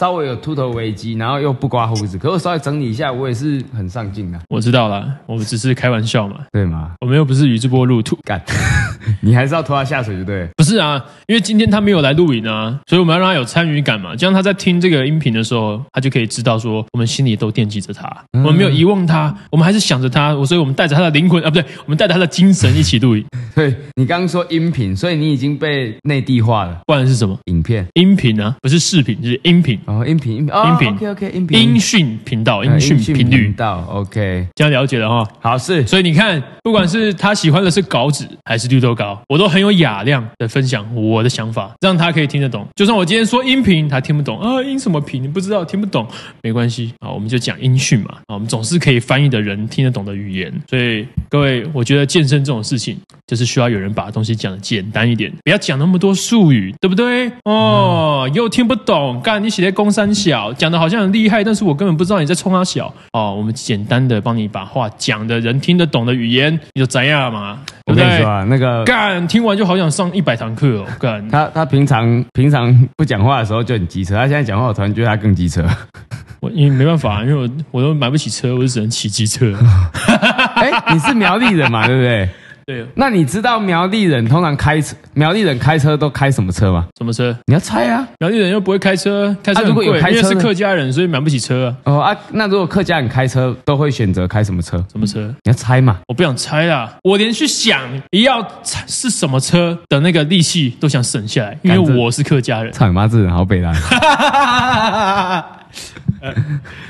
[SPEAKER 2] 稍微有秃头危机，然后又不刮胡子，可我稍微整理一下，我也是很上进的，
[SPEAKER 1] 我知道啦，我们只是开玩笑嘛，
[SPEAKER 2] 对吗？
[SPEAKER 1] 我们又不是宇智波路兔，
[SPEAKER 2] 干， 你还是要拖他下水就对了。
[SPEAKER 1] 不是啊，因为今天他没有来录影啊，所以我们要让他有参与感嘛，这样他在听这个音频的时候，他就可以知道说我们心里都惦记着他，我们没有遗忘他，我们还是想着他，我所以我们带着他的灵魂啊，不对，我们带着他的精神一起录 影，
[SPEAKER 2] 对你刚刚说音频，所以你已经被内地化了。
[SPEAKER 1] 不然是什么
[SPEAKER 2] 影片
[SPEAKER 1] 音频啊，不是视频，就是音频，
[SPEAKER 2] 哦，音频，音频，
[SPEAKER 1] 音频
[SPEAKER 2] o k OK，音频，呃
[SPEAKER 1] 音讯频道，音讯频率
[SPEAKER 2] 频，道，OK，
[SPEAKER 1] 这样了解了哈。
[SPEAKER 2] 好是
[SPEAKER 1] 所以你看，不管是他喜欢的是稿纸还是绿豆糕，我都很有雅量的分享我的想法，让他可以听得懂。就算我今天说音频，他听不懂啊，音什么频？你不知道，听不懂，没关系啊，我们就讲音讯嘛啊，我们总是可以翻译的人听得懂的语言。所以各位，我觉得健身这种事情，就是需要有人把东西讲的简单一点，不要讲那么多术语，对不对？
[SPEAKER 2] 嗯
[SPEAKER 1] 哦，又听不懂，干你写在公三小，讲的好像很厉害，但是我根本不知道你在冲他小哦。我们简单的帮你把话讲的人听得懂的语言，你就怎样嘛，对
[SPEAKER 2] 我
[SPEAKER 1] 不
[SPEAKER 2] 跟你
[SPEAKER 1] 对
[SPEAKER 2] 说？啊，那个
[SPEAKER 1] 干，听完就好想上一百堂课哦，干。
[SPEAKER 2] 他他平常平常不讲话的时候就很机车，他现在讲话，我突然觉得他更机车。
[SPEAKER 1] 我因为没办法，因为我我都买不起车，我就只能骑机 车。
[SPEAKER 2] 哎，你是苗栗人嘛，对不对？
[SPEAKER 1] 对，
[SPEAKER 2] 那你知道苗栗人通常开车，苗栗人开车都开什么车吗？
[SPEAKER 1] 什么车？
[SPEAKER 2] 你要猜啊。
[SPEAKER 1] 苗栗人又不会开车，开车
[SPEAKER 2] 啊
[SPEAKER 1] 很
[SPEAKER 2] 如
[SPEAKER 1] 贵，
[SPEAKER 2] 果有开
[SPEAKER 1] 因为
[SPEAKER 2] 车
[SPEAKER 1] 是
[SPEAKER 2] 呢
[SPEAKER 1] 客家人，所以买不起车啊。
[SPEAKER 2] 哦啊，那如果客家人开车都会选择开什么车？
[SPEAKER 1] 什么车？
[SPEAKER 2] 你要猜嘛？
[SPEAKER 1] 我不想猜啦，我连去想要猜是什么车的那个力气都想省下来，因为
[SPEAKER 2] 干这
[SPEAKER 1] 我是客家人。
[SPEAKER 2] 操你妈，这人好北蓝。
[SPEAKER 1] 呃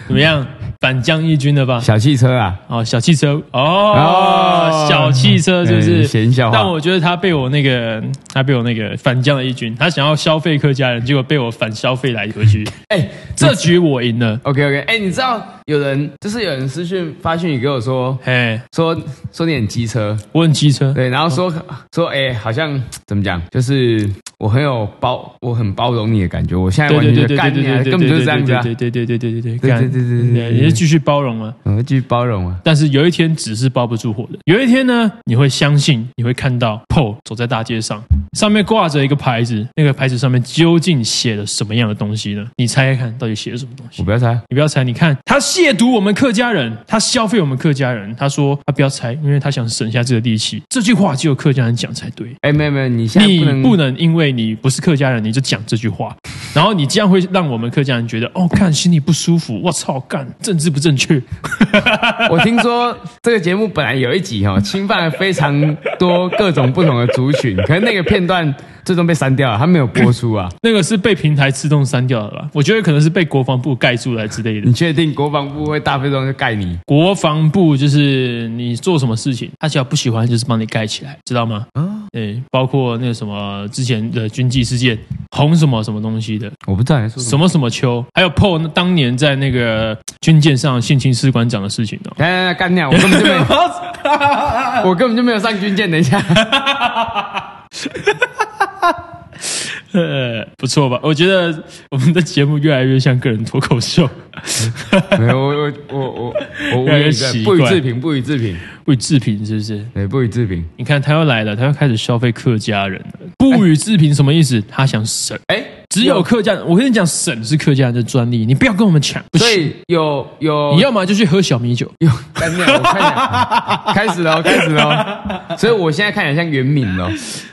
[SPEAKER 1] 怎么样，反将一军了吧？
[SPEAKER 2] 小汽车 啊，
[SPEAKER 1] 哦，小汽车哦，
[SPEAKER 2] 哦
[SPEAKER 1] 小汽车是不是？
[SPEAKER 2] 嗯闲笑话
[SPEAKER 1] 但我觉得他被我那个，他被我那个反将了一军，他想要消费客家人，结果被我反消费来一局。
[SPEAKER 2] 哎、
[SPEAKER 1] 这局我赢了，
[SPEAKER 2] OK OK，哎、你知道有人就是有人私讯发讯息给我说
[SPEAKER 1] 嘿，
[SPEAKER 2] 说说你很机车，
[SPEAKER 1] 我很机车，
[SPEAKER 2] 对，然后说、说哎、好像怎么讲，就是我很有包，我很包容你的感觉，我现在
[SPEAKER 1] 对
[SPEAKER 2] 完
[SPEAKER 1] 对对
[SPEAKER 2] 全就
[SPEAKER 1] 对
[SPEAKER 2] 干
[SPEAKER 1] 对
[SPEAKER 2] 你、
[SPEAKER 1] 对
[SPEAKER 2] 啊，
[SPEAKER 1] 对，
[SPEAKER 2] 根本就是这样子啊，
[SPEAKER 1] 对对对对对对对对你就继续包容啊。
[SPEAKER 2] 我会去包容啊，
[SPEAKER 1] 但是有一天纸是包不住火的。有一天呢，你会相信，你会看到 PO 走在大街上，上面挂着一个牌子，那个牌子上面究竟写了什么样的东西呢？你猜猜看，到底写了什么东西
[SPEAKER 2] 我？不要猜，
[SPEAKER 1] 你不要猜，你看他亵渎我们客家人，他消费我们客家人。他说啊他不要猜，因为他想省下这个力气。这句话只有客家人讲才对。
[SPEAKER 2] 哎、没有没有，你现在
[SPEAKER 1] 你
[SPEAKER 2] 不能
[SPEAKER 1] 不能因为你不是客家人，你就讲这句话。然后你这样会让我们客家人觉得，哦，看心里不舒服，我操，干政治不正确，
[SPEAKER 2] 我听说这个节目本来有一集哦，侵犯了非常多各种不同的族群，可是那个片段最终被删掉了，它没有播出啊。
[SPEAKER 1] 那个是被平台自动删掉的吧？我觉得可能是被国防部盖住了之类的
[SPEAKER 2] 你。确定国防部会大费周章去盖你？
[SPEAKER 1] 国防部就是你做什么事情，他只要不喜欢，就是帮你盖起来，知道吗？
[SPEAKER 2] 啊，
[SPEAKER 1] 对，包括那个什么之前的军纪事件，红什么什么东西的，
[SPEAKER 2] 我不知道你在说什
[SPEAKER 1] 什
[SPEAKER 2] 么。
[SPEAKER 1] 么什么秋，还有 PO 当年在那个军舰上性侵士官长的事情 哦。
[SPEAKER 2] 来来来，干掉！我根本就没有， 我根本就没有上军舰。等一下，
[SPEAKER 1] 呃，不错吧？我觉得我们的节目越来越像个人脱口秀，
[SPEAKER 2] 没有，我我我我我
[SPEAKER 1] 越来越
[SPEAKER 2] 我
[SPEAKER 1] 奇
[SPEAKER 2] 不
[SPEAKER 1] 怪
[SPEAKER 2] 予置评，不予置评，
[SPEAKER 1] 为置评是不是？
[SPEAKER 2] 对，不予置评。
[SPEAKER 1] 你看他又来了，他又开始消费客家人了。不予置评什么意思？他想省，
[SPEAKER 2] 哎，
[SPEAKER 1] 只有客家人。我跟你讲，省是客家人的专利，你不要跟我们抢。不
[SPEAKER 2] 所
[SPEAKER 1] 行，
[SPEAKER 2] 以有有
[SPEAKER 1] 你要么就去喝小米酒。
[SPEAKER 2] 有干掉！我看一下， 开始了，开始了。所以我现在看起来像原名了。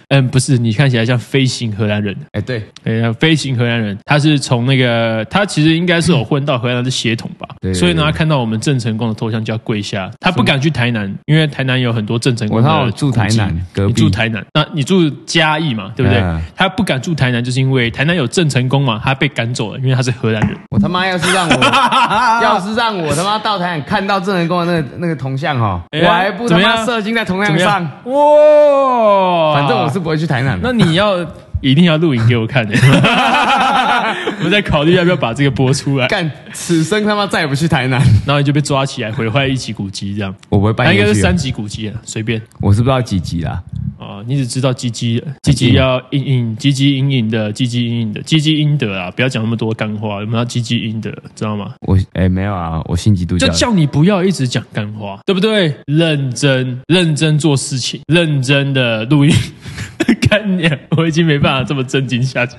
[SPEAKER 1] 嗯，不是，你看起来像飞行荷兰人。
[SPEAKER 2] 哎，对，
[SPEAKER 1] 呃，飞行荷兰人，他是从那个，他其实应该是有混到荷兰的血统吧，
[SPEAKER 2] 对对对
[SPEAKER 1] 所以呢，他看到我们郑成功的头像就要跪下，他不敢去台南，因为台南有很多郑成功
[SPEAKER 2] 我
[SPEAKER 1] 的
[SPEAKER 2] 看我住台南
[SPEAKER 1] 古迹
[SPEAKER 2] 隔
[SPEAKER 1] 你
[SPEAKER 2] 壁
[SPEAKER 1] 住台南，那你住嘉义嘛，对不对？
[SPEAKER 2] 嗯
[SPEAKER 1] 他不敢住台南，就是因为台南有郑成功嘛，他被赶走了，因为他是荷兰人。
[SPEAKER 2] 我他妈要是 让我，要是让我他妈到台南看到郑成功的那个那个铜像哈，
[SPEAKER 1] 哎呀
[SPEAKER 2] 我还不他
[SPEAKER 1] 怎么
[SPEAKER 2] 妈
[SPEAKER 1] 样
[SPEAKER 2] 射精在铜
[SPEAKER 1] 怎
[SPEAKER 2] 像
[SPEAKER 1] 么样
[SPEAKER 2] 上。？
[SPEAKER 1] 哇！
[SPEAKER 2] 反正我是，不会去台南的。
[SPEAKER 1] 那你要一定要录影给我看的、 我在考虑要不要把这个播出来，
[SPEAKER 2] 干，此生他妈再也不去台南。
[SPEAKER 1] 然后你就被抓起来毁坏一级古迹这样。
[SPEAKER 2] 我不会搬
[SPEAKER 1] 它应该
[SPEAKER 2] 进
[SPEAKER 1] 是
[SPEAKER 2] 去。
[SPEAKER 1] 三级古迹啊，随便
[SPEAKER 2] 我是不知道几集啦。
[SPEAKER 1] 啊、你只知道鸡鸡，鸡鸡要阴阴，鸡鸡阴阴的，鸡鸡阴阴的，鸡鸡阴德啊！不要讲那么多干话，我们要鸡鸡阴德，知道吗？
[SPEAKER 2] 我哎、没有啊，我心急度
[SPEAKER 1] 就叫你不要一直讲干话，对不对？认真认真做事情，认真的录音。 干你啊！我已经没办法这么震惊下去。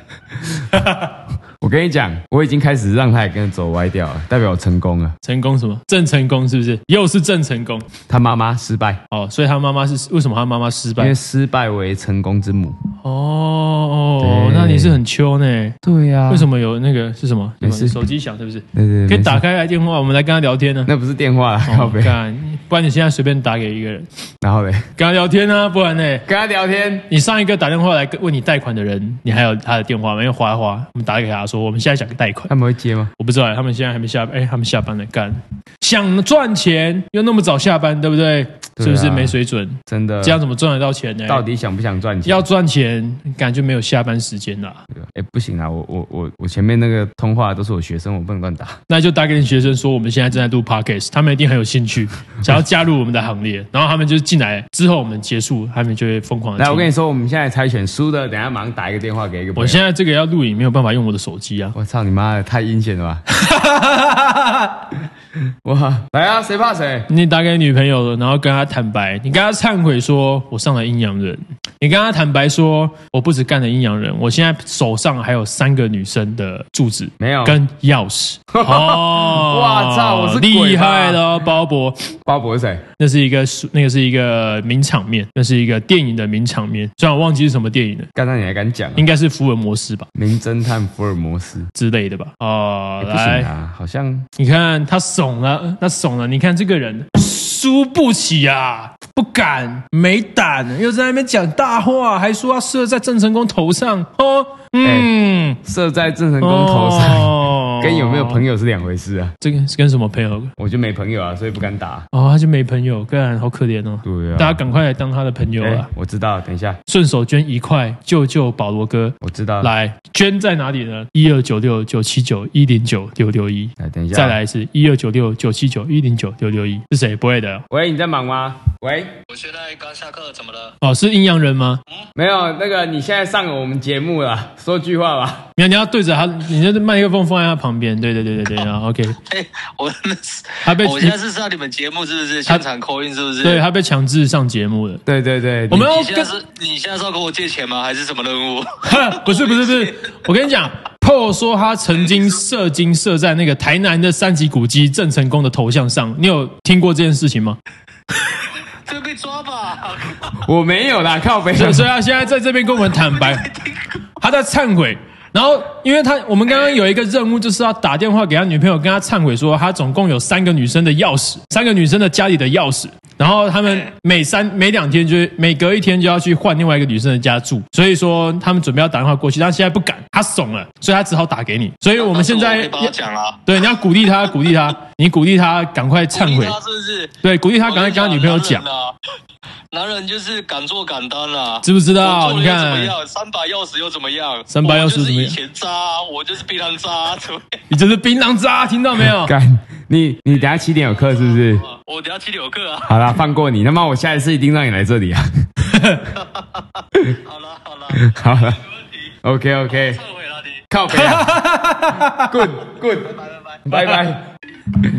[SPEAKER 2] 我跟你讲，我已经开始让他也跟着走歪掉了，代表我成功了。
[SPEAKER 1] 成功什么？郑成功是不是？又是郑成功
[SPEAKER 2] 他妈妈失败，
[SPEAKER 1] 哦，所以他妈妈是为什么他妈妈失
[SPEAKER 2] 因
[SPEAKER 1] 败
[SPEAKER 2] 为？失败为成功之母。
[SPEAKER 1] 哦哦，那你是很秋呢？
[SPEAKER 2] 对呀、啊
[SPEAKER 1] 为什
[SPEAKER 2] 么？
[SPEAKER 1] 么有那个是什么？
[SPEAKER 2] 没事
[SPEAKER 1] 手机响是不是？
[SPEAKER 2] 对对对，
[SPEAKER 1] 可以
[SPEAKER 2] 没事
[SPEAKER 1] 打。开来电话，我们来跟他聊天呢、
[SPEAKER 2] 那不是电话啦，靠
[SPEAKER 1] 哦
[SPEAKER 2] 背。
[SPEAKER 1] 干，不然你现在随便打给一个人
[SPEAKER 2] 然后嘞，
[SPEAKER 1] 跟他聊天呢、不然呢？
[SPEAKER 2] 跟他聊天，
[SPEAKER 1] 你上一个打电话来问你贷款的人，你还有他的电话吗？因为划一划，我们打给他说我们现在想贷款
[SPEAKER 2] 他，们会接吗？
[SPEAKER 1] 我不知道他们现在还没下班，哎，他们下班了，干，想赚钱又那么早下班，对不对？
[SPEAKER 2] 对啊
[SPEAKER 1] 是不是没水准？
[SPEAKER 2] 真的，
[SPEAKER 1] 这样怎么赚得到钱呢？
[SPEAKER 2] 到底想不想赚钱？
[SPEAKER 1] 要赚钱，感觉没有下班时间啦，
[SPEAKER 2] 哎、不行啊，我我我我前面那个通话都是我学生，我不能乱打。
[SPEAKER 1] 那就打给你学生说，我们现在正在录 podcast，他们一定很有兴趣，想要加入我们的行列。然后他们就进来之后，我们结束，他们就会疯狂的。
[SPEAKER 2] 来，我跟
[SPEAKER 1] 你，
[SPEAKER 2] 你说，我们现在猜拳输的，等一下马上打一个电话给一个朋
[SPEAKER 1] 我
[SPEAKER 2] 友。
[SPEAKER 1] 现在这个要录影，没有办法用我的手机啊。
[SPEAKER 2] 我操你妈的，太阴险了吧！ 哇，来啊，谁怕谁？
[SPEAKER 1] 你打给女朋友了，然后跟她坦白，你跟她忏悔说，我上了阴阳人。你跟她坦白说，我不止干了阴阳人，我现在手上还有三个女生的住址
[SPEAKER 2] 没有，
[SPEAKER 1] 跟钥匙。哦，
[SPEAKER 2] 哇操我是鬼吧
[SPEAKER 1] 厉害了哦，鲍勃。
[SPEAKER 2] 鲍勃是谁？
[SPEAKER 1] 那是一个那个是一个名场面，那是一个电影的名场面，虽然我忘记是什么电影了，
[SPEAKER 2] 刚才你还敢讲、啊
[SPEAKER 1] 应？该是福尔摩斯吧
[SPEAKER 2] 名侦探福尔摩斯？
[SPEAKER 1] 之类的吧？哦、
[SPEAKER 2] 哎不
[SPEAKER 1] 来，
[SPEAKER 2] 行啊，好像
[SPEAKER 1] 你看他怂了，他怂了，你看这个人输不起啊，不敢，没胆，又在那边讲大话，还说要射在郑成功头上哦，嗯，
[SPEAKER 2] 射在郑哎成功头上，
[SPEAKER 1] 哦
[SPEAKER 2] 跟有没有朋友是两回事啊。
[SPEAKER 1] 这个是跟什么朋友？
[SPEAKER 2] 我就没朋友啊，所以不敢打。
[SPEAKER 1] 哦，他就没朋友，干好可怜哦。
[SPEAKER 2] 对啊
[SPEAKER 1] 大家赶快来当他的朋友
[SPEAKER 2] 哎
[SPEAKER 1] 啊！
[SPEAKER 2] 我知道，等一下，
[SPEAKER 1] 顺手捐一块，救救保罗哥。
[SPEAKER 2] 我知
[SPEAKER 4] 啊
[SPEAKER 2] 道。，
[SPEAKER 1] 来捐在哪里呢？一二九六九七九一零九六六一，
[SPEAKER 2] 来哎等一下，
[SPEAKER 1] 再。来一次一二九六九七九一零九六六一，是谁？不会的
[SPEAKER 2] 喂，你在忙吗？喂，
[SPEAKER 4] 我现在刚下课，怎么了？
[SPEAKER 1] 哦，是阴阳人吗？
[SPEAKER 2] 没有，那个你现在上我们节目了，说句话吧。
[SPEAKER 1] 你要你要对着他，你的麦克风放在他旁边，对对对对对， 然后 OK，
[SPEAKER 4] 哎、我那是，
[SPEAKER 1] 他被
[SPEAKER 4] 我现在是上你们节目是不是？现场扣音是不是？
[SPEAKER 1] 对他被强制上节目了。
[SPEAKER 2] 对对对，
[SPEAKER 1] 我们要
[SPEAKER 4] 你现在
[SPEAKER 1] 跟
[SPEAKER 4] 是你现在是要跟我借钱吗？还是什么任 务？
[SPEAKER 1] 不是不是不是，我跟你讲，Paul 说他曾经射精射在那个台南的三级古迹郑成功的头像上，你有听过这件事情吗？
[SPEAKER 4] 这被抓吧！
[SPEAKER 2] 我没有啦，靠北。
[SPEAKER 1] 所以所以他现在在这边跟我们坦白，他在忏悔。然后，因为他我们刚刚有一个任务，就是要打电话给他女朋友，跟他忏悔说，他总共有三个女生的钥匙，三个女生的家里的钥匙。然后他们每三每两天就每隔一天就要去换另外一个女生的家住，所以说他们准备要打电话过去，但现在不敢，他怂了，所以他只好打给你。所以我们现 在
[SPEAKER 4] 可以帮他讲啊啦，
[SPEAKER 1] 对你要鼓励他，鼓励他，你鼓励他赶快忏
[SPEAKER 4] 鼓励
[SPEAKER 1] 悔，
[SPEAKER 4] 他是不是？
[SPEAKER 1] 对，鼓励他赶快跟他女朋友讲
[SPEAKER 4] 我，跟你讲男人啊，男人就是敢做敢当啦。
[SPEAKER 1] 知不知道？
[SPEAKER 4] 我做
[SPEAKER 1] 你
[SPEAKER 4] 了又怎么
[SPEAKER 1] 看，
[SPEAKER 4] 样？三把钥匙又怎么样？
[SPEAKER 1] 三把钥匙
[SPEAKER 4] 我就是
[SPEAKER 1] 怎么样
[SPEAKER 4] 以前渣啊，我就是槟榔渣啊，怎么样？
[SPEAKER 1] 你真是槟榔渣，听到没有？
[SPEAKER 2] 干，你你等下七点有课是不是？
[SPEAKER 4] 哦我等下去留课啊。
[SPEAKER 2] 好啦，放过你，他妈我下一次一定让你来这里啊！
[SPEAKER 4] 好了好 了，
[SPEAKER 2] 好了
[SPEAKER 4] 没问题。
[SPEAKER 2] ，OK OK，
[SPEAKER 4] 忏悔了你，
[SPEAKER 2] 靠北 啊，Good Good，
[SPEAKER 4] 拜拜拜。
[SPEAKER 2] 拜拜，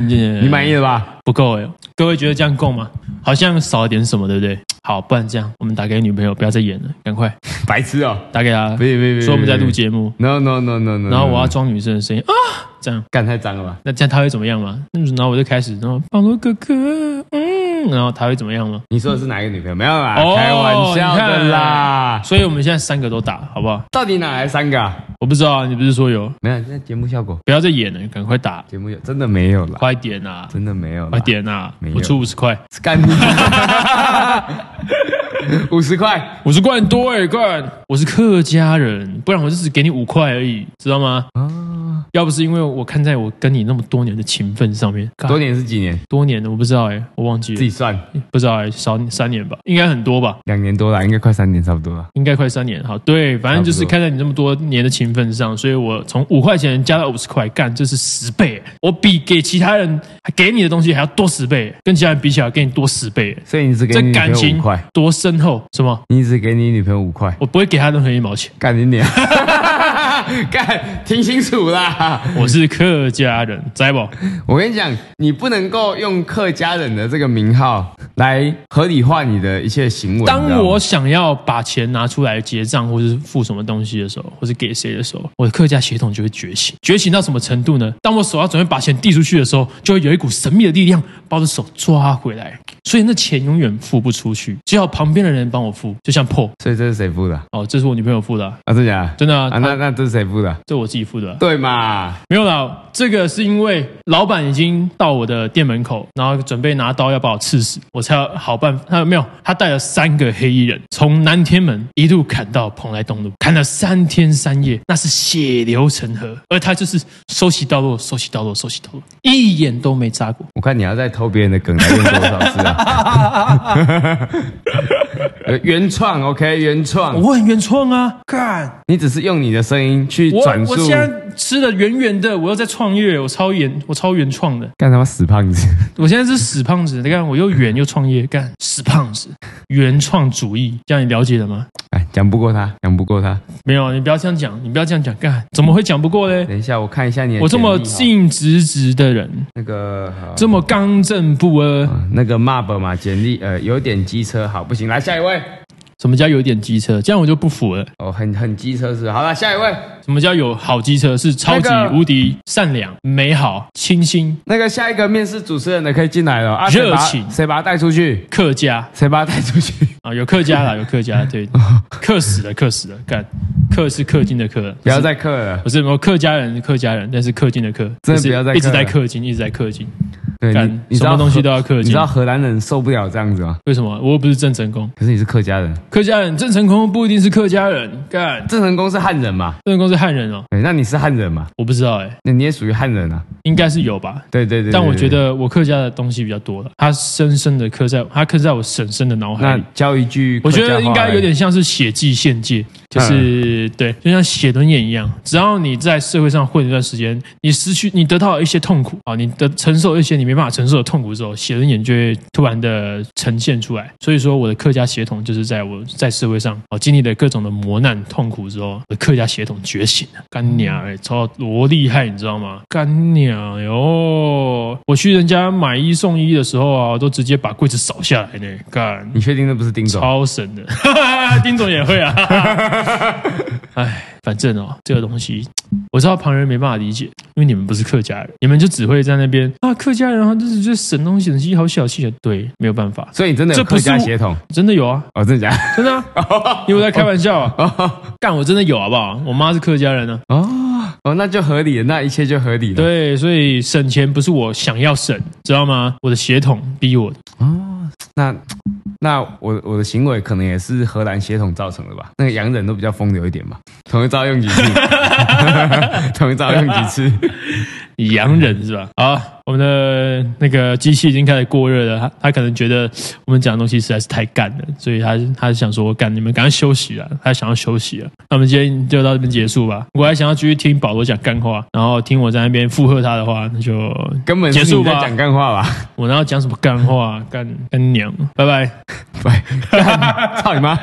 [SPEAKER 1] 你
[SPEAKER 2] 你满意了吧？
[SPEAKER 1] 不够哎、各位觉得这样够吗？好像少了点什么，对不对？好，不然这样，我们打给女朋友，不要再演了，赶快
[SPEAKER 2] 白痴哦！
[SPEAKER 1] 打给她，
[SPEAKER 2] 别别别，
[SPEAKER 1] 说我们在录
[SPEAKER 2] 节
[SPEAKER 1] 节目，
[SPEAKER 2] ，No No No No No，
[SPEAKER 1] 然后我要装女生的声音啊，这样，
[SPEAKER 2] 干太脏了吧？
[SPEAKER 1] 那这样她会怎么样吗？嗯然后我就开始，然后保罗哥哥，嗯，然后她会怎么样吗？
[SPEAKER 2] 你说的是哪一个女朋友？没有啦，
[SPEAKER 1] 哦
[SPEAKER 2] 开玩笑的啦。
[SPEAKER 1] 所以我们现在三个都打，好不好？
[SPEAKER 2] 到底哪来三个啊？
[SPEAKER 1] 我不知道，你不是说有，
[SPEAKER 2] 没有，那节目效果，
[SPEAKER 1] 不要再演了，赶快打，
[SPEAKER 2] 节目有真的没有啦，
[SPEAKER 1] 快点啊，
[SPEAKER 2] 真的没有啦，
[SPEAKER 1] 快点啊
[SPEAKER 2] 没，有
[SPEAKER 1] 我出五十块，
[SPEAKER 2] 干 你！五十块
[SPEAKER 1] 五十块很多哎、欸，干，我是客家人，不然我就只给你五块而已，知道吗？
[SPEAKER 2] 啊，
[SPEAKER 1] 要不是因为我看在我跟你那么多年的情分上面，干
[SPEAKER 2] 多年是几年？
[SPEAKER 1] 多年的我不知道哎、我忘记
[SPEAKER 2] 自己
[SPEAKER 1] 了，
[SPEAKER 2] 算，
[SPEAKER 1] 不知道哎、少三年吧，应该很多吧，
[SPEAKER 2] 两年多了，应该快三年差不多了。
[SPEAKER 1] 应该快三年。好，对，反正就是
[SPEAKER 2] 差不多
[SPEAKER 1] 看在你这么多年的情分上，所以我从五块钱加到五十块，干，这是十倍欸、我比给其他人给你的东西还要多十倍欸、跟其他人比起来，给你多十倍欸、
[SPEAKER 2] 所以你只给
[SPEAKER 1] 这
[SPEAKER 2] 你女
[SPEAKER 1] 感
[SPEAKER 2] 朋友
[SPEAKER 1] 情
[SPEAKER 2] 五块，
[SPEAKER 1] 多深厚？什么？
[SPEAKER 2] 你只给你女朋友五块，
[SPEAKER 1] 我不会给他任何一毛钱。
[SPEAKER 2] 干你脸！ 干，听清楚啦！
[SPEAKER 1] 我是客家人，知不？
[SPEAKER 2] 我跟你讲，你不能够用客家人的这个名号来合理化你的一切行为。你知
[SPEAKER 1] 当
[SPEAKER 2] 道吗
[SPEAKER 1] 我想要把钱拿出来结账，或是付什么东西的时候，或是给谁的时候，我的客家血统就会觉醒。觉醒到什么程度呢？当我手要准备把钱递出去的时候，就会有一股神秘的力量把我的手抓回来，所以那钱永远付不出去，只有旁边的人帮我付，就像破
[SPEAKER 2] 所以这是谁付的啊？
[SPEAKER 1] 哦，这是我女朋友付的啊、
[SPEAKER 2] 啊真的假的？
[SPEAKER 1] 真的啊
[SPEAKER 2] 啊，
[SPEAKER 1] 她
[SPEAKER 2] 那那这是谁付的啊？
[SPEAKER 1] 这我自己付的啊、
[SPEAKER 2] 对嘛？
[SPEAKER 1] 没有啦，这个是因为老板已经到我的店门口，然后准备拿刀要把我刺死，我才有好办法。他没有，他带了三个黑衣人，从南天门一路砍到蓬莱东路，砍了三天三夜，那是血流成河。而他就是收起刀落，收起刀落，收起刀落，一眼都没眨过。
[SPEAKER 2] 我看你要再偷别人的梗来用多少次啊？呃原创，OK，原创，
[SPEAKER 1] 我很原创啊，干！
[SPEAKER 2] 你只是用你的声音去
[SPEAKER 1] 我
[SPEAKER 2] 转述
[SPEAKER 1] 我。现在吃的圆圆的，我又在创业，我超原，我超原创的。
[SPEAKER 2] 干他妈死胖子！
[SPEAKER 1] 我现在是死胖子，你看我又圆又创业，干死胖子，原创主义，这样你了解了吗？
[SPEAKER 2] 哎，讲不过他，讲不过他。
[SPEAKER 1] 没有，啊你不要这样讲，你不要这样讲，干怎么会讲不过嘞？
[SPEAKER 2] 等一下，我看一下嗯你的
[SPEAKER 1] 我这么
[SPEAKER 2] 简历哈
[SPEAKER 1] 尽职职的人，
[SPEAKER 2] 那个好
[SPEAKER 1] 这么刚正不阿，
[SPEAKER 2] 啊那个 Mob 嘛，简历呃有点机车，好不行，来下一位。
[SPEAKER 1] 什么叫有点机车？这样我就不服了。
[SPEAKER 2] 哦，很很机车是吧好了，下一位。
[SPEAKER 1] 什么叫有好机车？是超级
[SPEAKER 2] 那个
[SPEAKER 1] 无敌善良、美好、清新、
[SPEAKER 2] 那个下一个面试主持人的可以进来了啊，谁
[SPEAKER 1] 热
[SPEAKER 2] 把
[SPEAKER 1] 情
[SPEAKER 2] 谁把他带出去？
[SPEAKER 1] 客家
[SPEAKER 2] 谁把他带出去？
[SPEAKER 1] 啊，有客 家啦，有客家，对，客死了，客死了，干，客是氪金的氪，
[SPEAKER 2] 不要再克了
[SPEAKER 1] 不，是我客家人，客家人，但是氪金的氪，
[SPEAKER 2] 真的
[SPEAKER 1] 就是
[SPEAKER 2] 不要再氪了
[SPEAKER 1] 一直在氪金，一直在氪金。
[SPEAKER 2] 对
[SPEAKER 1] 干
[SPEAKER 2] 你，你知
[SPEAKER 1] 什
[SPEAKER 2] 道
[SPEAKER 1] 么东西
[SPEAKER 2] 荷
[SPEAKER 1] 都要氪
[SPEAKER 2] 你知
[SPEAKER 1] 金
[SPEAKER 2] 道。荷兰人受不了这样子吗？
[SPEAKER 1] 为什么？我又不是郑成功，
[SPEAKER 2] 可是你是客家人，
[SPEAKER 1] 客家人郑成功不一定是客家人。干，
[SPEAKER 2] 郑成功是汉人嘛？
[SPEAKER 1] 郑成功是汉人哦，
[SPEAKER 2] 对，那你是汉人嘛？
[SPEAKER 1] 我不知道哎、
[SPEAKER 2] 那你也属于汉人啊？
[SPEAKER 1] 应该是有吧。
[SPEAKER 2] 对对对对
[SPEAKER 1] 但我
[SPEAKER 2] 对
[SPEAKER 1] 觉得我客家的东西比较多了，它深深的刻在，它刻在我深深的脑海
[SPEAKER 2] 那
[SPEAKER 1] 里。
[SPEAKER 2] 教一句客
[SPEAKER 1] 哎我
[SPEAKER 2] 家
[SPEAKER 1] 觉
[SPEAKER 2] 话来，哎嗯
[SPEAKER 1] 得应该有点像是血迹献界，就是、对，就像写轮眼一样，只要你在社会上混一段时间，啊你失去你得到了一些痛苦啊，你的承受一些你没办法承受的痛苦之后，写轮眼就会突然的呈现出来。所以说，我的客家血统就是在我在社会上啊经历了各种的磨难痛苦之后，我的呃客家血统觉醒了，干娘哎、超多厉害，你知道吗？干娘哟，我去人家买一送一的时候啊，我都直接把柜子扫下来呢，干。
[SPEAKER 2] 你确定那不是丁总？
[SPEAKER 1] 超神的， 丁总也会啊。哎，反正哦，这个东西我知道旁人没办法理解，因为你们不是客家人，你们就只会在那边啊，客家人啊，就是就是省东西省西，好小气啊。对，没有办法，
[SPEAKER 2] 所以你真的有
[SPEAKER 1] 这不
[SPEAKER 2] 客
[SPEAKER 1] 是
[SPEAKER 2] 家
[SPEAKER 1] 我
[SPEAKER 2] 血统
[SPEAKER 1] 真的有啊，
[SPEAKER 2] 哦，真的假的？
[SPEAKER 1] 真的、啊，因为我在开玩笑啊，干我真的有好不好？我妈是客家人啊，
[SPEAKER 2] 哦哦，那就合理了，那一切就合理了。
[SPEAKER 1] 对，所以省钱不是我想要省，知道吗？我的血统逼我的，
[SPEAKER 2] 哦，那那我我的行为可能也是荷兰血统造成的吧？那个洋人都比较风流一点嘛，同一招用几次， 同一招用几次。
[SPEAKER 1] 洋人是吧？
[SPEAKER 2] 嗯
[SPEAKER 1] 好，我们的那个机器已经开始过热了，他他可能觉得我们讲的东西实在是太干了，所以他他想说干，你们赶快休息啊，他想要休息啊。那我们今天就到这边结束吧。我还想要继续听保罗讲干话，然后听我在那边附和他的话，那就
[SPEAKER 2] 根本是
[SPEAKER 1] 结束
[SPEAKER 2] 你在
[SPEAKER 1] 吧
[SPEAKER 2] 讲干话吧？
[SPEAKER 1] 我哪有讲什么干话，干干娘，拜拜。
[SPEAKER 2] 对，干操你妈！